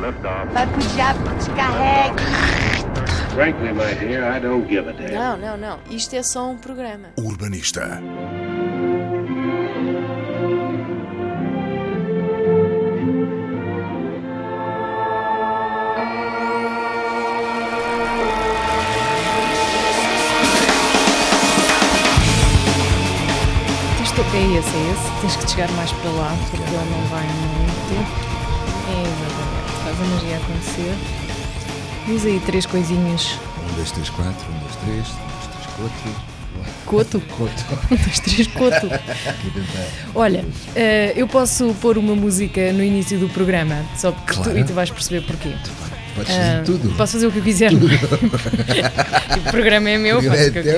Liftoff. Vai pro diabo, descarrega. Frankly, my dear, I don't give a damn. Não, não, não. Isto é só um programa. O urbanista. Isto é esse, é esse. Tens que te chegar mais para lá, porque ela não vai muito tempo. É exatamente. Faz a magia acontecer. Diz aí três coisinhas. Um, dois, três, quatro. Um, dois, três. Um, dois, três, quatro. Coto? Coto. Um, dois, três, coto. Olha, eh, eu posso pôr uma música no início do programa, só que tu, Claro. e tu vais perceber porquê. Podes fazer Ah, tudo. Posso fazer o que eu quiser. o programa é meu, Porque faço o que eu é teu.